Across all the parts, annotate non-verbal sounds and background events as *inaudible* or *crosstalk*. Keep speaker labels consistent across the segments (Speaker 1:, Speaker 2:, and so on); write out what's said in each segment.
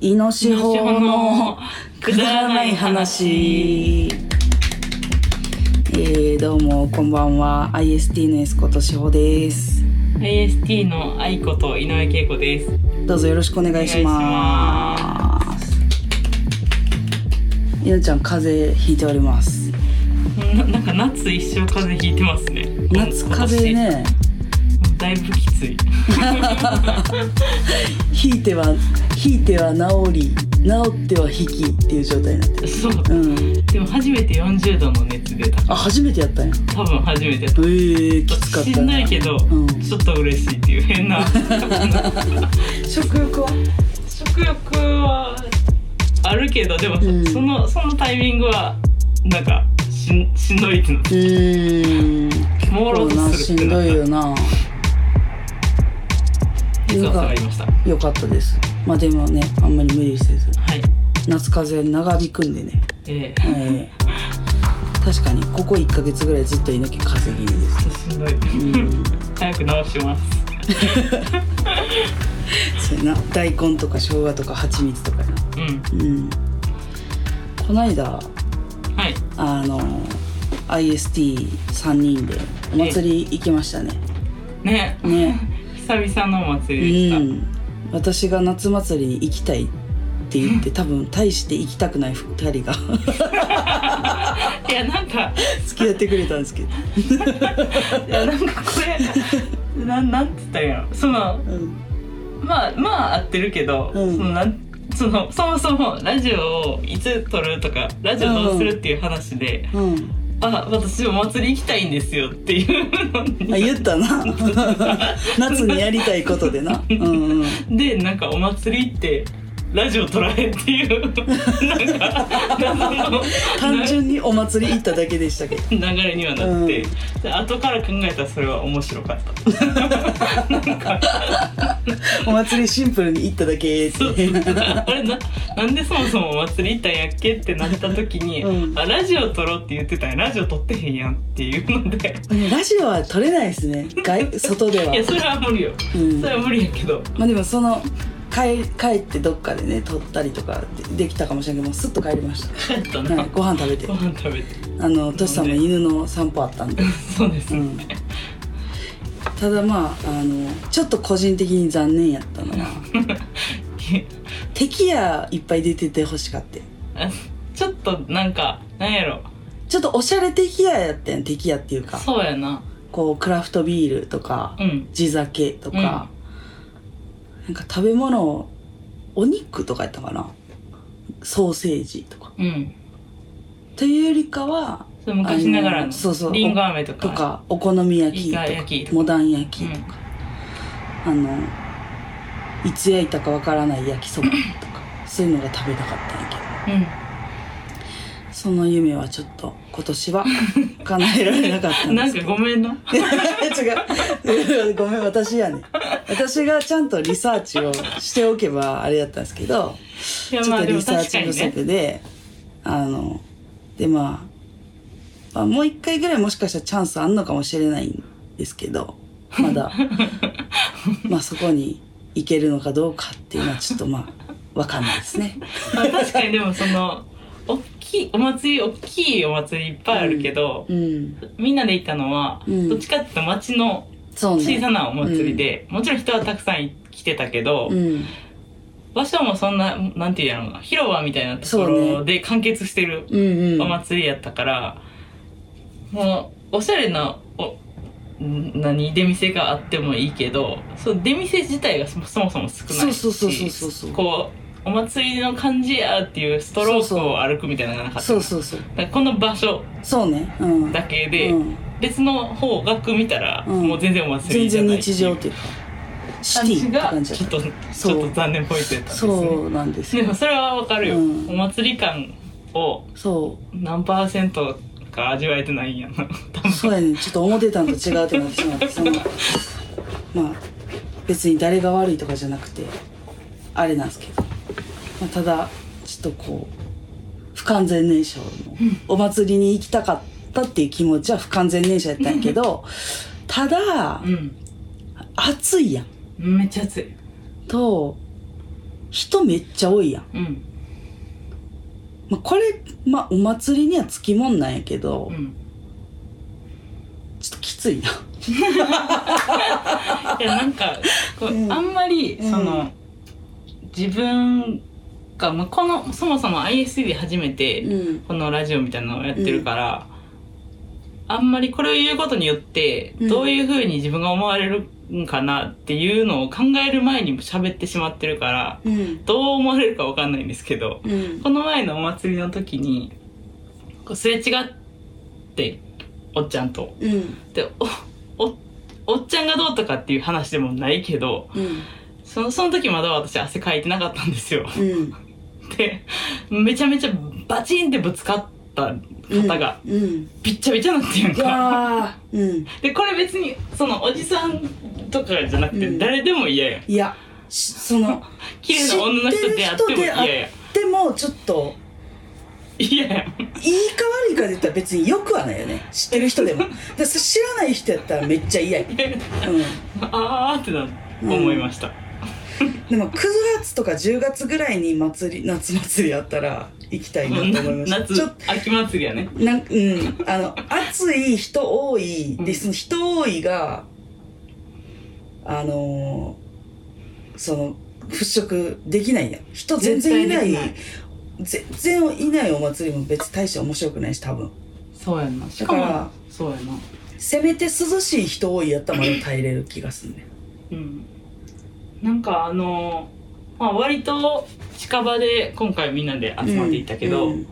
Speaker 1: イノシホのくだ
Speaker 2: くだ
Speaker 1: ら
Speaker 2: ら
Speaker 1: な
Speaker 2: ないい
Speaker 1: 話
Speaker 2: 話
Speaker 1: えー、どうもこんばんは IST のエスコとしほです
Speaker 2: AST の愛子と井上恵子です。
Speaker 1: どうぞよろしくお願いしますいのちゃん風邪ひいております
Speaker 2: ななんか夏一生風邪ひいてますね。
Speaker 1: 夏風邪ね
Speaker 2: 今年。だいぶきつい。
Speaker 1: ひいてはひいては治り治っては引きっていう状態になってる
Speaker 2: そう。
Speaker 1: うん
Speaker 2: でも初めて40度の熱出た。
Speaker 1: あ初めてやったんや
Speaker 2: 多分初めてや
Speaker 1: え
Speaker 2: っ
Speaker 1: ー、きつかっ
Speaker 2: た。したんどいけど、
Speaker 1: うん
Speaker 2: ちょっと嬉しいっていう変な。
Speaker 1: 食欲は
Speaker 2: 食欲はあるけど、でもそ,、
Speaker 1: うん
Speaker 2: のそのタイミングはなんかしんしんどいってなっ
Speaker 1: うーん
Speaker 2: て、もうろう
Speaker 1: な
Speaker 2: とす
Speaker 1: し
Speaker 2: る
Speaker 1: ん
Speaker 2: ってな
Speaker 1: ど
Speaker 2: っ
Speaker 1: い
Speaker 2: た。
Speaker 1: よな
Speaker 2: 熱が下がりました。は
Speaker 1: 良かったですまあでもねあんまり無理せず
Speaker 2: い。
Speaker 1: 夏風邪長引くんでね、
Speaker 2: ええ
Speaker 1: えー確かにここ1ヶ月ぐらいずっと猪木風邪気味です
Speaker 2: ちょっとしんどい。早く直します。
Speaker 1: そうやな大根とか生姜とか蜂蜜とかやな
Speaker 2: うん。
Speaker 1: うんこないだ
Speaker 2: はい。
Speaker 1: あの IST3 人でお祭り行きましたね
Speaker 2: ね。
Speaker 1: ね
Speaker 2: 久々のお祭りで
Speaker 1: う
Speaker 2: し
Speaker 1: ん、私が夏祭りに行きたいって言って多分大して行きたくない2人が
Speaker 2: た。いや、なんか、
Speaker 1: 付き合ってくれたんですけど、
Speaker 2: いや、なんか、これ。なん、なんつったらいいの。その、
Speaker 1: うん
Speaker 2: まあ、まあ、合ってるけど、
Speaker 1: うん
Speaker 2: その、なん。そのそもそもラジオをいつ撮るとかラジオどうするっていう話で
Speaker 1: うん、
Speaker 2: 「あ私お祭り行きたいんですよ」っていうのに
Speaker 1: あ言ったな *laughs* 夏にやりたいことでな、うんうん、
Speaker 2: でなんかお祭りってラジオ撮らへんっていうなんか謎の
Speaker 1: 単純にお祭り行っただけでしたけど
Speaker 2: 流れにはなって、
Speaker 1: う
Speaker 2: で後から考えたらそれは面白かった
Speaker 1: お祭りシンプルに行っただけって
Speaker 2: そうあれななんでそもそもお祭り行ったんやっけってなった時に、
Speaker 1: うん
Speaker 2: あラジオ撮ろうって言ってたんやラジオ撮ってへんやんっていうので
Speaker 1: うんラジオは撮れないですね外外ではい
Speaker 2: やそれは無理よ、
Speaker 1: うん
Speaker 2: それは無理やけど
Speaker 1: まあでもその帰帰ってどっかでね撮ったりとかでできたかもしれんけどもうすっと帰りました
Speaker 2: 帰ったな、
Speaker 1: はい、ご飯食べて
Speaker 2: ご飯食べて
Speaker 1: あのトシさんの犬の散歩あったんで、
Speaker 2: そうです
Speaker 1: う
Speaker 2: ね、
Speaker 1: ん、ただまああのちょっと個人的に残念やったのは敵やいっぱい出ててほしかって
Speaker 2: あちょっとなんかなんやろ
Speaker 1: ちょっとおしゃれ敵ややったやん敵やっていうか
Speaker 2: そうやな
Speaker 1: こうクラフトビールとか
Speaker 2: うん
Speaker 1: 地酒とか、なんか食べ物をお肉とかやったかなソーセージとか
Speaker 2: うん
Speaker 1: というよりかは
Speaker 2: それ昔ながら
Speaker 1: あの
Speaker 2: の
Speaker 1: そうそう
Speaker 2: リンゴ飴とか
Speaker 1: とかお好み焼きとか
Speaker 2: イカ焼きとか
Speaker 1: モダン焼
Speaker 2: う
Speaker 1: き
Speaker 2: ん
Speaker 1: とか、あのいつ焼いたかわからない焼きそばとかそういうのが食べたかったんやけ
Speaker 2: うん
Speaker 1: どその夢はちょっと今年は *laughs* 叶えられなかったん
Speaker 2: な
Speaker 1: で
Speaker 2: ん
Speaker 1: すけ
Speaker 2: か
Speaker 1: ど
Speaker 2: ごめんな。
Speaker 1: 違う *laughs* ごめん私やね私がちゃんとリサーチをしておけばあれやったんですけど
Speaker 2: いや
Speaker 1: ちょ
Speaker 2: ま
Speaker 1: っ
Speaker 2: あ
Speaker 1: と
Speaker 2: で
Speaker 1: リ
Speaker 2: も
Speaker 1: サー
Speaker 2: 確
Speaker 1: チ
Speaker 2: か
Speaker 1: 不足
Speaker 2: にね。
Speaker 1: で、あの、でまあ、まあ、もう一回ぐらいもしかしたらチャンスあんのかもしれないんですけど、ま
Speaker 2: *laughs*
Speaker 1: だ、まあそこに行けるのかどうかっていうのはちょっとまあ、わかんないですね。
Speaker 2: まあ確かにでもその大きいお祭り大きいお祭りいっぱいあるけど、
Speaker 1: うん。
Speaker 2: みんなで行ったのは、
Speaker 1: うん
Speaker 2: どっちかっていうと町の
Speaker 1: そうね。
Speaker 2: 小さなお祭りで、もちろん人はたくさん来てたけど、
Speaker 1: うん。
Speaker 2: 場所もそんななんていうやろうな広場みたいなとこ
Speaker 1: そうね
Speaker 2: ろで完結してる
Speaker 1: うんう
Speaker 2: お
Speaker 1: ん。
Speaker 2: 祭りやったから、もうおしゃれなおん何出店があってもいいけどその出店自体がそもそもそも少ないし
Speaker 1: そうそうそうそうそう
Speaker 2: こうお祭りの感じやっていうストロークを歩くみたいなのがなかった
Speaker 1: そうそうそう。
Speaker 2: だからこの場所
Speaker 1: そうね。うん。
Speaker 2: だけで、
Speaker 1: うん
Speaker 2: 別の方角見たら、
Speaker 1: うん
Speaker 2: もう全然お祭
Speaker 1: 全
Speaker 2: りじゃ
Speaker 1: 然
Speaker 2: ない
Speaker 1: 日常っていうか、シ
Speaker 2: 感
Speaker 1: ティ
Speaker 2: じ
Speaker 1: って
Speaker 2: が
Speaker 1: 感じ
Speaker 2: ちょっ
Speaker 1: だ
Speaker 2: と
Speaker 1: っ
Speaker 2: ち
Speaker 1: そう
Speaker 2: ょっと残念ポイントやったん
Speaker 1: た。
Speaker 2: ですね
Speaker 1: そうなんです
Speaker 2: で
Speaker 1: よ
Speaker 2: も。それはわかるよ、
Speaker 1: うん
Speaker 2: お祭り感を
Speaker 1: そう。
Speaker 2: 何パーセントか味わえてないんやな多分
Speaker 1: そうやねちょっと思ってたんと違うってなってしまってそ *laughs* のまあ別に誰が悪いとかじゃなくてあれなんですけど、まあ、ただちょっとこう不完全燃焼のお祭りに行きたかったっていう気持ちは不完全燃焼やったんやけどただ
Speaker 2: うん
Speaker 1: 暑いやん
Speaker 2: めっちゃ暑い
Speaker 1: と人めっちゃ多いやん、
Speaker 2: うん
Speaker 1: まあ、これまあお祭りにはつきもんなんやけど、
Speaker 2: うん
Speaker 1: ちょっときついな
Speaker 2: いやなんかこう、
Speaker 1: うん
Speaker 2: あんまり
Speaker 1: うん
Speaker 2: その、自分が、まあ、このそもそも ISD で初めて、
Speaker 1: うん
Speaker 2: このラジオみたいなのをやってるから、あんまりこれを言うことによって
Speaker 1: うん
Speaker 2: どういうふうに自分が思われるんかなっていうのを考える前にも喋ってしまってるから
Speaker 1: うん
Speaker 2: どう思われるかわかんないんですけど
Speaker 1: うん
Speaker 2: この前のお祭りの時にこうすれ違っておっちゃんと。
Speaker 1: うん
Speaker 2: でおおおっちゃんがどうとかっていう話でもないけど
Speaker 1: うん
Speaker 2: そのその時まだ私汗かいてなかったんですよ。
Speaker 1: うん
Speaker 2: でめちゃめちゃバチンってぶつかった方が
Speaker 1: うん、うん、
Speaker 2: びっちゃびちゃなってやん
Speaker 1: い
Speaker 2: か
Speaker 1: やーうん
Speaker 2: でこれ別にそのおじさんとかじゃなく
Speaker 1: う
Speaker 2: て
Speaker 1: ん
Speaker 2: 誰でも嫌やん
Speaker 1: いやしその
Speaker 2: 綺麗な女の人出会っても嫌やん
Speaker 1: でもちょっと
Speaker 2: 嫌やん
Speaker 1: いいか悪いかで言ったら別によくはないよね知ってる人でもでそ知らない人やったらめっちゃ嫌やけど、う
Speaker 2: あーってな思いました
Speaker 1: ん、でも9月とか10月ぐらいに祭り夏祭りあったら行きたいな
Speaker 2: も
Speaker 1: と
Speaker 2: う
Speaker 1: 思
Speaker 2: ない
Speaker 1: ま *laughs* した
Speaker 2: 夏
Speaker 1: ちょっ
Speaker 2: 秋祭りやね
Speaker 1: なんうんあの暑い人多いでその人多いがあのーその払拭できないやん人全然いない
Speaker 2: 絶対で
Speaker 1: 全然いないお祭りも別に大して面白くないし多分
Speaker 2: そうやんなし
Speaker 1: だ
Speaker 2: か
Speaker 1: から
Speaker 2: もそうやな
Speaker 1: せめて涼しい人多いやったらまだ耐えれる気がするね
Speaker 2: うんなんかあのまあ割と近場で今回みんなで集まっていたけど、
Speaker 1: うん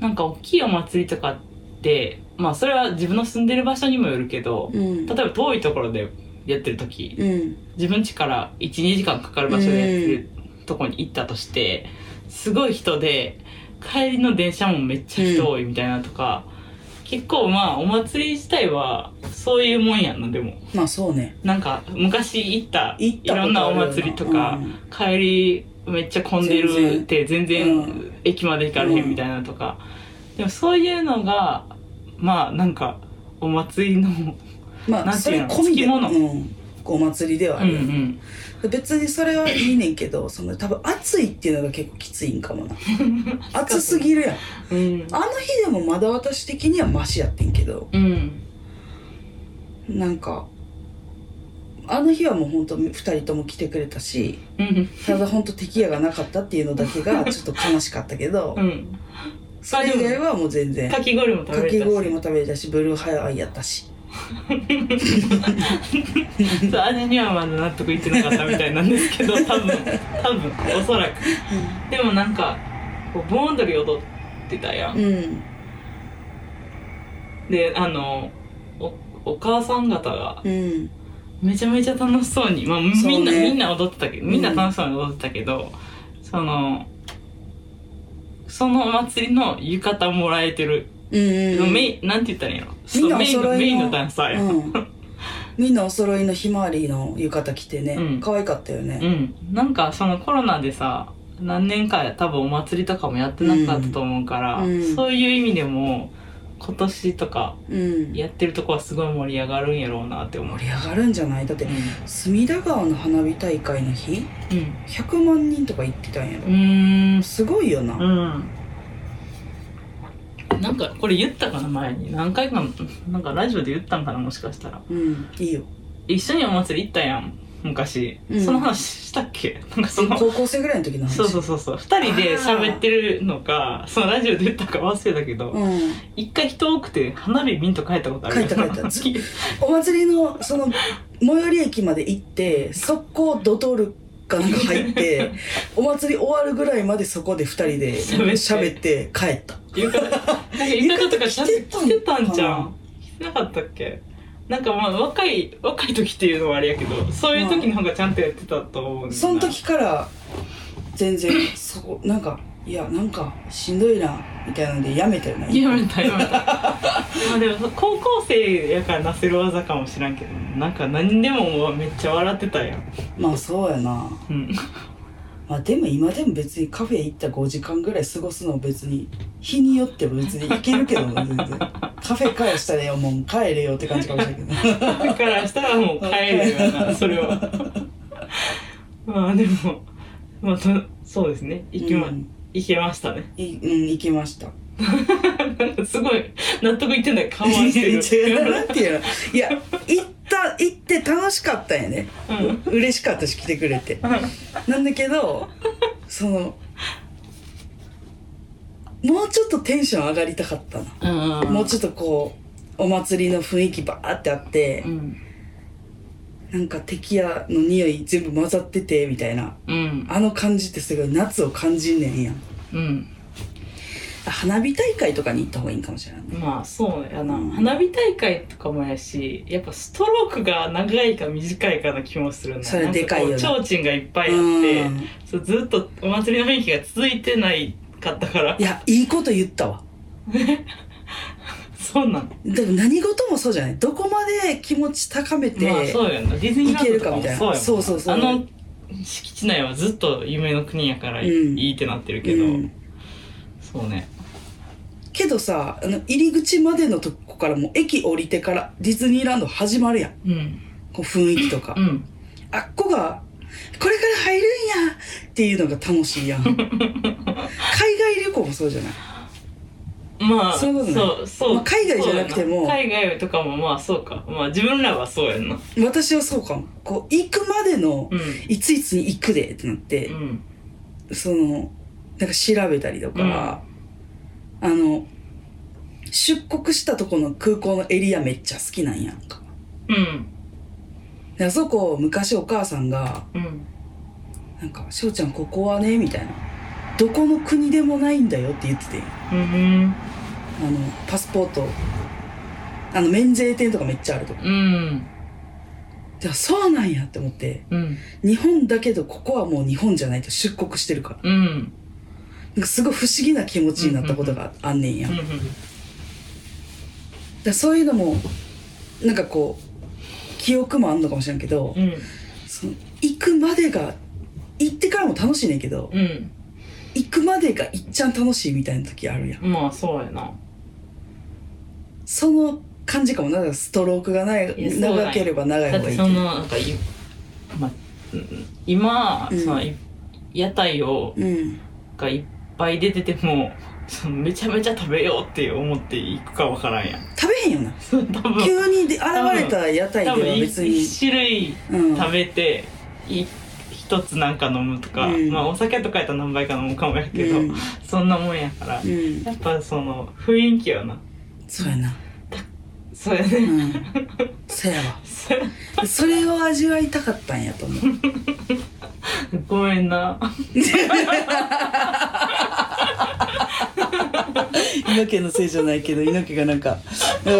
Speaker 2: なんか大きいお祭りとかってまあそれは自分の住んでる場所にもよるけど、
Speaker 1: うん
Speaker 2: 例えば遠いところでやってる時
Speaker 1: うん
Speaker 2: 自分家から12時間かかる場所でやってるとこに行ったとしてすごい人で帰りの電車もめっちゃ人多いみたいなとか、結構まあお祭り自体はそういうもんやんなでも
Speaker 1: まあそうね
Speaker 2: なんか昔行った
Speaker 1: 行った
Speaker 2: いろんなお祭りとか、帰りめっちゃ混んでるって全
Speaker 1: う
Speaker 2: 然
Speaker 1: ん
Speaker 2: 駅まで行かれへんみたいなとか、でもそういうのがまあなんかお祭りの
Speaker 1: まあ
Speaker 2: なん
Speaker 1: そ
Speaker 2: ていう
Speaker 1: れ
Speaker 2: の
Speaker 1: 込みで
Speaker 2: つきもの
Speaker 1: うんお祭りではあ
Speaker 2: うんう
Speaker 1: るよね
Speaker 2: ん
Speaker 1: 別にそれはいいねんけどその多分暑いっていうのが結構きついんか
Speaker 2: *laughs*
Speaker 1: もな暑すぎるやん
Speaker 2: うん
Speaker 1: あの日でもまだ私的にはマシやってんけど
Speaker 2: うん
Speaker 1: なんかあの日はもうほんと2人とも来てくれたし
Speaker 2: うん
Speaker 1: ただほんと敵やがなかったっていうのだけ
Speaker 2: *laughs*
Speaker 1: がちょっと悲しかったけど、
Speaker 2: うん
Speaker 1: それ以外はもう全然
Speaker 2: かき氷も
Speaker 1: か
Speaker 2: 食べれ
Speaker 1: き
Speaker 2: たし
Speaker 1: 氷も食べれたしブルーハワイやったし
Speaker 2: そう味にはまだ納得いってなかったみたいなんです
Speaker 1: *laughs*
Speaker 2: けど多分多分おそらくでもなんかこう盆踊り踊ってたやん
Speaker 1: うん
Speaker 2: であのおお母さん方が
Speaker 1: うん
Speaker 2: めちゃめちゃ楽しそうに、まあ、みんな、
Speaker 1: そうね
Speaker 2: みんな踊ってたけどみんな楽しそうに踊ってたけど、そのそのお祭りの浴衣もらえてる、
Speaker 1: うんうん
Speaker 2: メインなんて言ったらいいの
Speaker 1: みんなお
Speaker 2: メイ
Speaker 1: 揃いの
Speaker 2: ンのメインのダンサーやん、
Speaker 1: うん、みんなお揃いのひまわりの浴衣着てね、
Speaker 2: うん
Speaker 1: 可愛かったよね、
Speaker 2: うん、なんかそのコロナでさ何年か多分お祭りとかもやってなかったと思うから、
Speaker 1: うんうん
Speaker 2: そういう意味でも今年とか
Speaker 1: うん、
Speaker 2: やってるとこはすごい盛り上がるんやろうなって思う
Speaker 1: 盛り上がるんじゃないだって
Speaker 2: う
Speaker 1: 隅田川の花火大会の日
Speaker 2: ん
Speaker 1: 100万人とか行ってたんやろ
Speaker 2: う、んうーん
Speaker 1: すごいよな、
Speaker 2: うんなんかこれ言ったかな前に何回かなんかラジオで言ったんかなもしかしたら
Speaker 1: うんいいよ
Speaker 2: 一緒にお祭り行ったやん昔、
Speaker 1: うん
Speaker 2: その話したっけなんかその
Speaker 1: 高校生ぐらいの時の話
Speaker 2: そうそうそうそう2人で喋ってるのかそのラジオで言ったか忘れたけど、
Speaker 1: うん、
Speaker 2: 一回人多くて花火見んと帰ったことある
Speaker 1: 帰った帰ったず
Speaker 2: 好 *laughs* き
Speaker 1: お祭りのその最寄り駅まで行って速攻ドトールかなんか入って
Speaker 2: *laughs*
Speaker 1: お祭り終わるぐらいまでそこで2人で
Speaker 2: 喋
Speaker 1: 喋って帰った
Speaker 2: 浴衣なんか浴衣とかシャツ着てたんじゃ
Speaker 1: 浴
Speaker 2: ん着てなかったっけなんかまあ若い若い時っていうのはあれやけどそういう時の方がちゃんとやってたと思うんだよな
Speaker 1: その時から全然そこなんかいやなんかしんどいなみたいなのでやめたよね
Speaker 2: やめたやめたまあでも高校生やからなせる技かもしらんけどなんか何でももうめっちゃ笑ってたやん
Speaker 1: まあそうやな
Speaker 2: うん
Speaker 1: まあでも今でも別にカフェ行った5時間ぐらい過ごすの別に日によっても別に行けるけど
Speaker 2: *laughs*
Speaker 1: な全然カフェ返したらよもう帰れよって感じかもしれないけど
Speaker 2: だからしたらもう帰るよなそれはまあでもまあ、そそうですね行きま、
Speaker 1: うん
Speaker 2: 行けましたね
Speaker 1: いうん、行きました。
Speaker 2: なんかすごい納得いって *laughs* ない顔はしてる
Speaker 1: 違うなんていうのいや、行った、行って楽しかったんやね。
Speaker 2: うん
Speaker 1: 嬉しかったし、来てくれて。なんだけど、その、もうちょっとテンション上がりたかったな。
Speaker 2: うん
Speaker 1: もうちょっとこう、お祭りの雰囲気バーってあって
Speaker 2: う、ん
Speaker 1: なんか敵屋の匂い全部混ざってて、みたいな。
Speaker 2: うん
Speaker 1: あの感じってすごい夏を感じんねんやん。
Speaker 2: うん
Speaker 1: 花火大会とかに行った方がいいんかもしれないね。
Speaker 2: まあそうやな、
Speaker 1: うん
Speaker 2: 花火大会とかもやしやっぱストロークが長いか短いかな気もするな
Speaker 1: それでかいよな
Speaker 2: なんこう提灯がいっぱいあ
Speaker 1: う
Speaker 2: っ
Speaker 1: ん
Speaker 2: てそうずっとお祭りの雰囲気が続いてないかったから
Speaker 1: いや、いいこと言ったわ。
Speaker 2: そうなの、
Speaker 1: でも何事もそうじゃないどこまで気持ち高めて、
Speaker 2: まあそうやなディズニーランドとか
Speaker 1: 行ける
Speaker 2: も
Speaker 1: かみたいな
Speaker 2: そうやもん
Speaker 1: そうそうそう
Speaker 2: あの敷地内はずっと夢の国やからいい,、
Speaker 1: うん
Speaker 2: ってなってるけど、
Speaker 1: うん
Speaker 2: そうね
Speaker 1: けどさあの入り口までのとこからもう駅降りてからディズニーランド始まるやん
Speaker 2: うん
Speaker 1: こう雰囲気とか、
Speaker 2: うん
Speaker 1: あっこがこれから入るんやっていうのが楽しい
Speaker 2: *laughs*
Speaker 1: やん海外旅行もそうじゃない
Speaker 2: まあ
Speaker 1: そういうことね
Speaker 2: そうそう
Speaker 1: まあ海外じゃなくても
Speaker 2: そうやな海外とかもまあそうかまあ自分らはそうやんな
Speaker 1: 私はそうかもこう行くまでの、
Speaker 2: う
Speaker 1: いついつに行くでってなって、
Speaker 2: んうん
Speaker 1: そのなんか調べたりとか、あの出国したとこの空港のエリアめっちゃ好きなんやんか
Speaker 2: うん
Speaker 1: であそこ昔お母さんが
Speaker 2: うん
Speaker 1: 「なんかしおちゃんここはね」みたいな「どこの国でもないんだよ」って言っててあ
Speaker 2: うん
Speaker 1: のパスポートあの免税店とかめっちゃあるとこ
Speaker 2: うん
Speaker 1: であそうなんやって思って
Speaker 2: うん
Speaker 1: 日本だけどここはもう日本じゃないと出国してるから
Speaker 2: うん
Speaker 1: なんかすごい不思議な気持ちになったことがあんねんや、だそういうのもなんかこう記憶もあんのかもしれんけど、
Speaker 2: うん
Speaker 1: その行くまでが行ってからも楽しいねんけど、
Speaker 2: うん
Speaker 1: 行くまでがいっちゃん楽しいみたいな時あるやん
Speaker 2: まあそうやな
Speaker 1: その感じかもなだからストロークがない
Speaker 2: いやそうなんや
Speaker 1: 長ければ長い
Speaker 2: だ
Speaker 1: 方
Speaker 2: っ
Speaker 1: が
Speaker 2: て
Speaker 1: いい
Speaker 2: そのなんかい、ま、うん今、
Speaker 1: うん
Speaker 2: そのい屋台を
Speaker 1: うん
Speaker 2: がいっぱい出ててもそのめちゃめちゃ食べようって思っていくかわからんやん
Speaker 1: 食べへんよな
Speaker 2: 多分
Speaker 1: 急にで現れた屋台で
Speaker 2: 多分
Speaker 1: は別に
Speaker 2: 一種類
Speaker 1: うん
Speaker 2: 食べてい一つなんか飲むとか、
Speaker 1: うん
Speaker 2: まあお酒とかやったら何杯か飲むかもやけど、
Speaker 1: うん
Speaker 2: そんなもんやから、
Speaker 1: うん
Speaker 2: やっぱその雰囲気よな
Speaker 1: そうやな
Speaker 2: そうや
Speaker 1: う
Speaker 2: ね、
Speaker 1: んそうやわ
Speaker 2: そう
Speaker 1: でそれを味わいたかったんやと思う
Speaker 2: ごめんな
Speaker 1: 猪木のせいじゃないけど猪木がなんか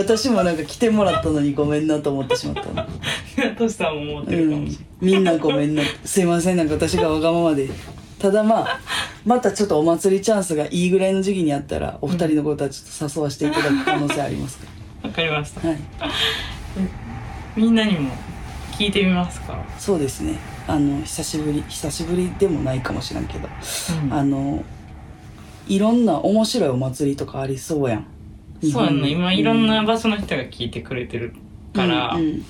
Speaker 1: 私もなんか来てもらったのにごめんなと思ってしまった
Speaker 2: トシさんも思っ
Speaker 1: う
Speaker 2: てるかも
Speaker 1: ん
Speaker 2: し、
Speaker 1: みんなごめんなすいませんなんか私がわがままでただまあまたちょっとお祭りチャンスがいいぐらいの時期にあったらお二人のことはちょっと誘わせていただく可能性ありますか
Speaker 2: れないわかりました
Speaker 1: らはい
Speaker 2: みんなにも聞いてみますか、
Speaker 1: そうですねあの久しぶり久しぶりでもないかもしれんけど
Speaker 2: うん
Speaker 1: あのいろんな面白いお祭りとかありそうやん
Speaker 2: そうやんな今いろん
Speaker 1: う
Speaker 2: な場所の人が聞いてくれてるから、
Speaker 1: うんうん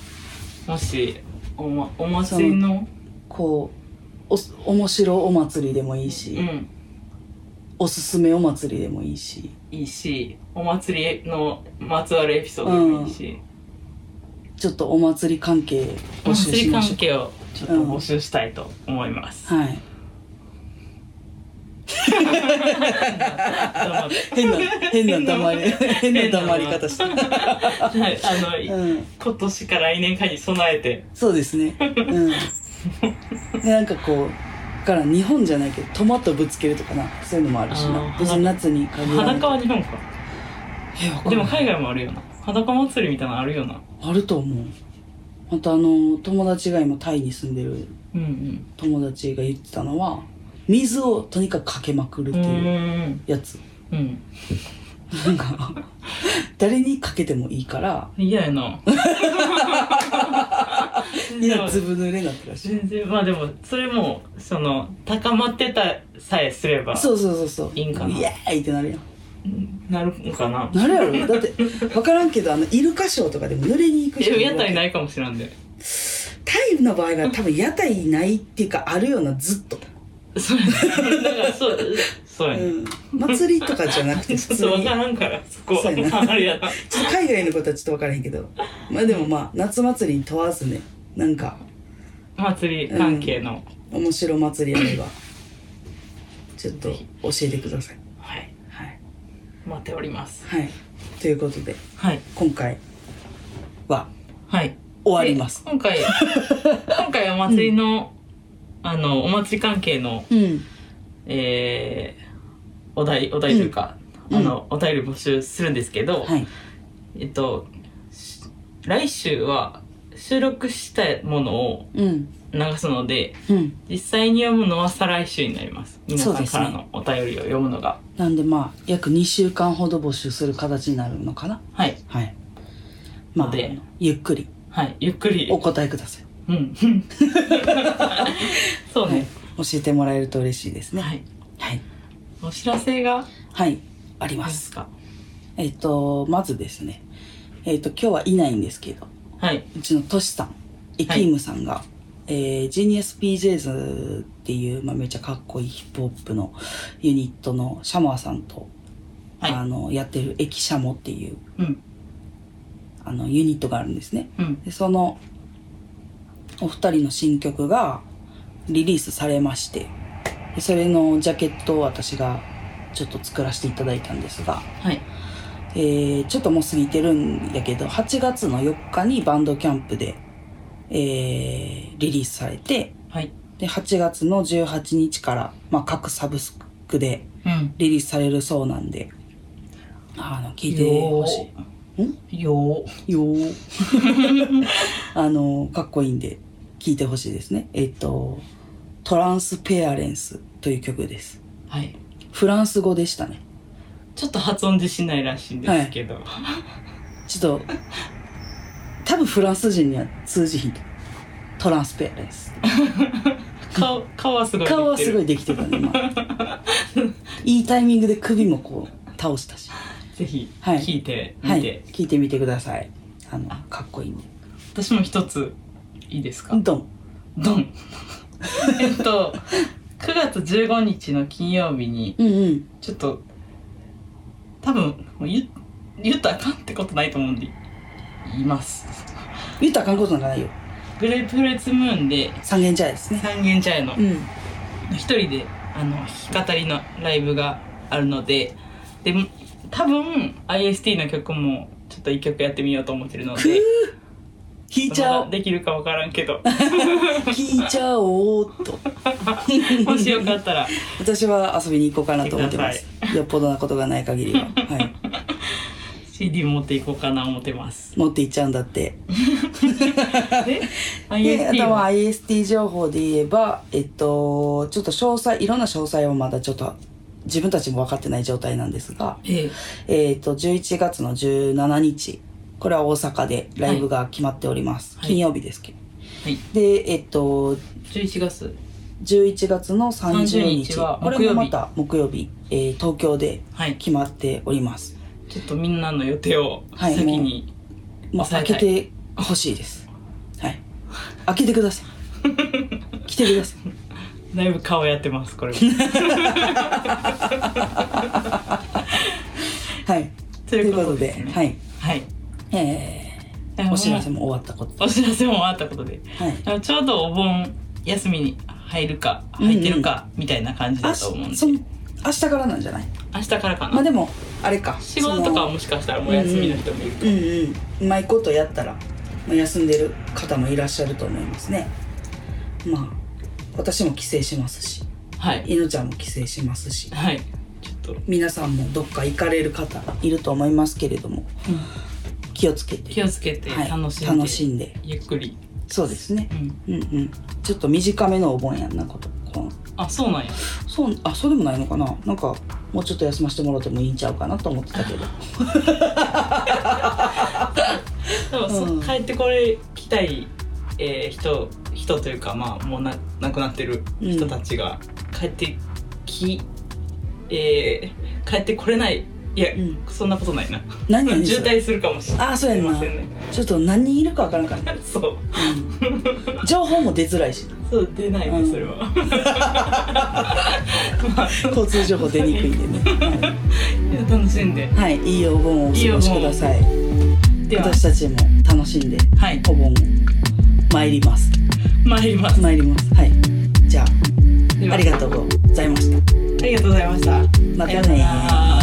Speaker 2: もしお,、ま、お祭りの
Speaker 1: こうお面白お祭りでもいいし、
Speaker 2: うん
Speaker 1: おすすめお祭りでもいいし
Speaker 2: いいしお祭りのまつわるエピソードでもいいし、
Speaker 1: ちょっとお祭り関係
Speaker 2: お
Speaker 1: 募集
Speaker 2: 祭
Speaker 1: し
Speaker 2: り
Speaker 1: ましょ
Speaker 2: 関係をちょっと募集したいと思います、
Speaker 1: うはい *laughs*
Speaker 2: どうも
Speaker 1: 変
Speaker 2: *laughs*
Speaker 1: な変な黙り変な黙り方した、
Speaker 2: はい、あの、
Speaker 1: うん、
Speaker 2: 今年か来年かに備えて、
Speaker 1: そうですねうんでなんかこうから日本じゃないけどトマトぶつけるとかなそういうのもあるし
Speaker 2: あ
Speaker 1: な
Speaker 2: ー
Speaker 1: 別に夏に限らない
Speaker 2: 裸は日本か。
Speaker 1: えわかんない
Speaker 2: でも海外もあるよな。裸祭りみたいなのあるよな。
Speaker 1: あると思うまたあの友達が今タイに住んでる
Speaker 2: うん
Speaker 1: 友達が言ってたのは水をとにかくかけまくるっ
Speaker 2: うん。
Speaker 1: て
Speaker 2: う。
Speaker 1: いうんやつ
Speaker 2: うん。
Speaker 1: なんか誰にかけてもいいから
Speaker 2: 嫌やな。
Speaker 1: いやずぶ濡れになってるらしい
Speaker 2: 全然、まあでも、それも、その、高まってたさえすれば、
Speaker 1: そうそうそうそう
Speaker 2: いいんかな
Speaker 1: イエーイってなるやん
Speaker 2: なるのかな。
Speaker 1: なるやろだって分からんけどあのイルカショーとかでも濡れに行く
Speaker 2: で
Speaker 1: 人
Speaker 2: も
Speaker 1: いる
Speaker 2: 屋
Speaker 1: わけ
Speaker 2: 台ないかもしらんで。
Speaker 1: タイの場合は多分屋台ないっていうかあるようなずっと
Speaker 2: そうやねだからそうそうやね、
Speaker 1: うん、祭りとかじゃなくて
Speaker 2: ち
Speaker 1: 普
Speaker 2: ょっ
Speaker 1: 通
Speaker 2: と分
Speaker 1: に
Speaker 2: からんから *laughs* そこ
Speaker 1: そうやな
Speaker 2: は *laughs* あれやな
Speaker 1: ちょっと海外のことはちょっと分からへんけどまあでもまあ夏祭りに問わずねなんか
Speaker 2: 祭り関係の、
Speaker 1: 面白祭りあればちょっと教えてください
Speaker 2: はい
Speaker 1: はい、
Speaker 2: 待っております
Speaker 1: はい、ということで
Speaker 2: はい
Speaker 1: 今回は
Speaker 2: はい
Speaker 1: 終わります
Speaker 2: で今
Speaker 1: *laughs*
Speaker 2: 回今回は祭りの、あのお祭り関係の
Speaker 1: うん
Speaker 2: えーお題お題というか、
Speaker 1: うん
Speaker 2: あのお便り募集するんですけど、
Speaker 1: はい
Speaker 2: えっとし来週は収録したものを
Speaker 1: うん
Speaker 2: 流すので
Speaker 1: うん
Speaker 2: 実際に読むのは再来週になります皆
Speaker 1: そう
Speaker 2: さ
Speaker 1: で
Speaker 2: ん
Speaker 1: す
Speaker 2: か
Speaker 1: ね
Speaker 2: らのお便りを読むのが、
Speaker 1: なんでまあ約2週間ほど募集する形になるのかな
Speaker 2: はい
Speaker 1: はいまあ
Speaker 2: ので
Speaker 1: ゆっくり
Speaker 2: はいゆっくり
Speaker 1: お答えください
Speaker 2: うん
Speaker 1: *laughs*
Speaker 2: そう
Speaker 1: はい
Speaker 2: ね、
Speaker 1: 教えてもらえると嬉しいですね
Speaker 2: はい
Speaker 1: はい
Speaker 2: お知らせ
Speaker 1: は
Speaker 2: が
Speaker 1: いあり
Speaker 2: ありま
Speaker 1: ます
Speaker 2: すか
Speaker 1: えっ、とまずですねえっ、と今日はいないんですけど
Speaker 2: はい、
Speaker 1: うちのトシさんエキームさんが、えージーニアス PJs っていう、まあ、めっちゃかっこいいヒップホップのユニットのシャモアさんと、
Speaker 2: はい
Speaker 1: あのやってるエキシャモっていう
Speaker 2: うん
Speaker 1: あのユニットがあるんですね
Speaker 2: うん
Speaker 1: でそのお二人の新曲がリリースされましてでそれのジャケットを私がちょっと作らせていただいたんですが、
Speaker 2: はい
Speaker 1: えーちょっともう過ぎてるんやけど8月の4日にバンドキャンプで、えーリリースされて
Speaker 2: はい
Speaker 1: で8月の18日から、まあ、各サブスクで
Speaker 2: うん
Speaker 1: リリースされるそうなんであの聞いてほしい。
Speaker 2: いよー
Speaker 1: よー *laughs* あのかっこいいんで聞いてほしいですねえっ、と「トランスペアレンス」という曲です
Speaker 2: はい
Speaker 1: フランス語でしたね
Speaker 2: ちょっと発音自信ないらしいんですけど、
Speaker 1: ちょっと多分フランス人には通じひんとトランスペアレンス
Speaker 2: 顔顔はすごい
Speaker 1: 顔はすごい
Speaker 2: い
Speaker 1: できてたね今 *laughs* いいタイミングで首もこう倒したし
Speaker 2: ぜひ
Speaker 1: はい
Speaker 2: 聞いてみて、
Speaker 1: はい聞いてみてくださいあのかっこいいんで
Speaker 2: 私も一ついいですか、
Speaker 1: ドン
Speaker 2: ドン *laughs* えっと9月15日の金曜日に
Speaker 1: うんうん
Speaker 2: ちょっと多分もう言言ったらあかんってことないと思うんで言います
Speaker 1: 言ったらあかんことなんかないよ
Speaker 2: グレープフルーツムーンで
Speaker 1: 三軒茶屋ですね
Speaker 2: 三軒茶屋の
Speaker 1: うん
Speaker 2: 一人であの弾き語りのライブがあるのでで多分 IST の曲もちょっと一曲やってみようと思ってるの
Speaker 1: くー
Speaker 2: で
Speaker 1: 引いちゃお
Speaker 2: まだ
Speaker 1: う
Speaker 2: できるかわからんけど *laughs*
Speaker 1: 聞いちゃおうっと
Speaker 2: もしよかったら
Speaker 1: 私は遊びに行こうかなと思ってますよっぽどなことがない限りは、 *laughs* はい、
Speaker 2: CD 持っていこうかな思っ
Speaker 1: *laughs*
Speaker 2: てます。
Speaker 1: 持って行っちゃうんだって
Speaker 2: で
Speaker 1: であ
Speaker 2: IST
Speaker 1: とは
Speaker 2: は
Speaker 1: IST 情報で言えばえっとちょっと詳細いろんな詳細はまだちょっと自分たちも分かってない状態なんですが
Speaker 2: ええ
Speaker 1: えっと11月の17日これは大阪でライブが決まっております、
Speaker 2: はい
Speaker 1: 金曜日ですけど、
Speaker 2: はい
Speaker 1: でえっと
Speaker 2: 11月
Speaker 1: 11月の30
Speaker 2: 30
Speaker 1: 日
Speaker 2: 日は
Speaker 1: これ
Speaker 2: 木曜
Speaker 1: も
Speaker 2: 日
Speaker 1: また木曜日、えー東京で
Speaker 2: はい
Speaker 1: 決まっております。
Speaker 2: ちょっとみんなの予定を
Speaker 1: はい
Speaker 2: 先に、
Speaker 1: まあ、開
Speaker 2: 抑え
Speaker 1: け
Speaker 2: たい
Speaker 1: てほしいです。はい。開けてください。
Speaker 2: *laughs*
Speaker 1: 来てください。
Speaker 2: だいぶ顔やってますこれも
Speaker 1: *laughs* はい。
Speaker 2: ということで
Speaker 1: ということ
Speaker 2: すね
Speaker 1: はい。
Speaker 2: はい
Speaker 1: えー、お知らせも終わったことで。
Speaker 2: お知らせもあったことで
Speaker 1: はい。
Speaker 2: ちょうどお盆休みに入るか入ってるかみたいな感じだ
Speaker 1: あ
Speaker 2: と思うんで、
Speaker 1: その明日からなんじゃない
Speaker 2: 明日からかな、
Speaker 1: まあでも、あれか。
Speaker 2: 仕事とかはもしかしたらもう休みの人もいる
Speaker 1: そのうんうん。うまいことやったら、まあ、休んでる方もいらっしゃると思いますね。まあ、私も帰省しますし、
Speaker 2: はい
Speaker 1: いのちゃんも帰省しますし、
Speaker 2: はいちょっと
Speaker 1: 皆さんもどっか行かれる方いると思いますけれども、気をつけて。
Speaker 2: 気をつけて
Speaker 1: はい
Speaker 2: 楽しんで、
Speaker 1: 楽しんで
Speaker 2: ゆっくり、
Speaker 1: そうですね
Speaker 2: うん、
Speaker 1: うんうんちょっと短めのお盆やんなことこ
Speaker 2: あそうなんや
Speaker 1: うそうあそうでもないのかななんかもうちょっと休ませてもらってもいいんちゃうかなと思ってたけ *laughs* ど
Speaker 2: でもそ、
Speaker 1: うん
Speaker 2: 帰ってこれ来たい、えー人人というかまあもうな亡くなってる人たちが帰ってき、えー帰ってこれないいや、
Speaker 1: うん
Speaker 2: そんなことないな
Speaker 1: 何何
Speaker 2: 渋滞するかもしれない
Speaker 1: あそうやんな
Speaker 2: すいませんね
Speaker 1: ちょっと何人いるかわからんから、
Speaker 2: そう
Speaker 1: うん、情報も出づら *laughs* いし
Speaker 2: そう出ないねそれは、 *laughs* まあ
Speaker 1: 交通情報出にくいんで *laughs* ね、
Speaker 2: いや楽しんで
Speaker 1: はい、はい、いいお盆をお過ごしください
Speaker 2: では
Speaker 1: 私たちも楽しんで
Speaker 2: はい
Speaker 1: お盆参ります
Speaker 2: 参ります
Speaker 1: 参りますはいじゃあ
Speaker 2: では
Speaker 1: ありがとうございました
Speaker 2: ありがとうございました
Speaker 1: またね
Speaker 2: さよなら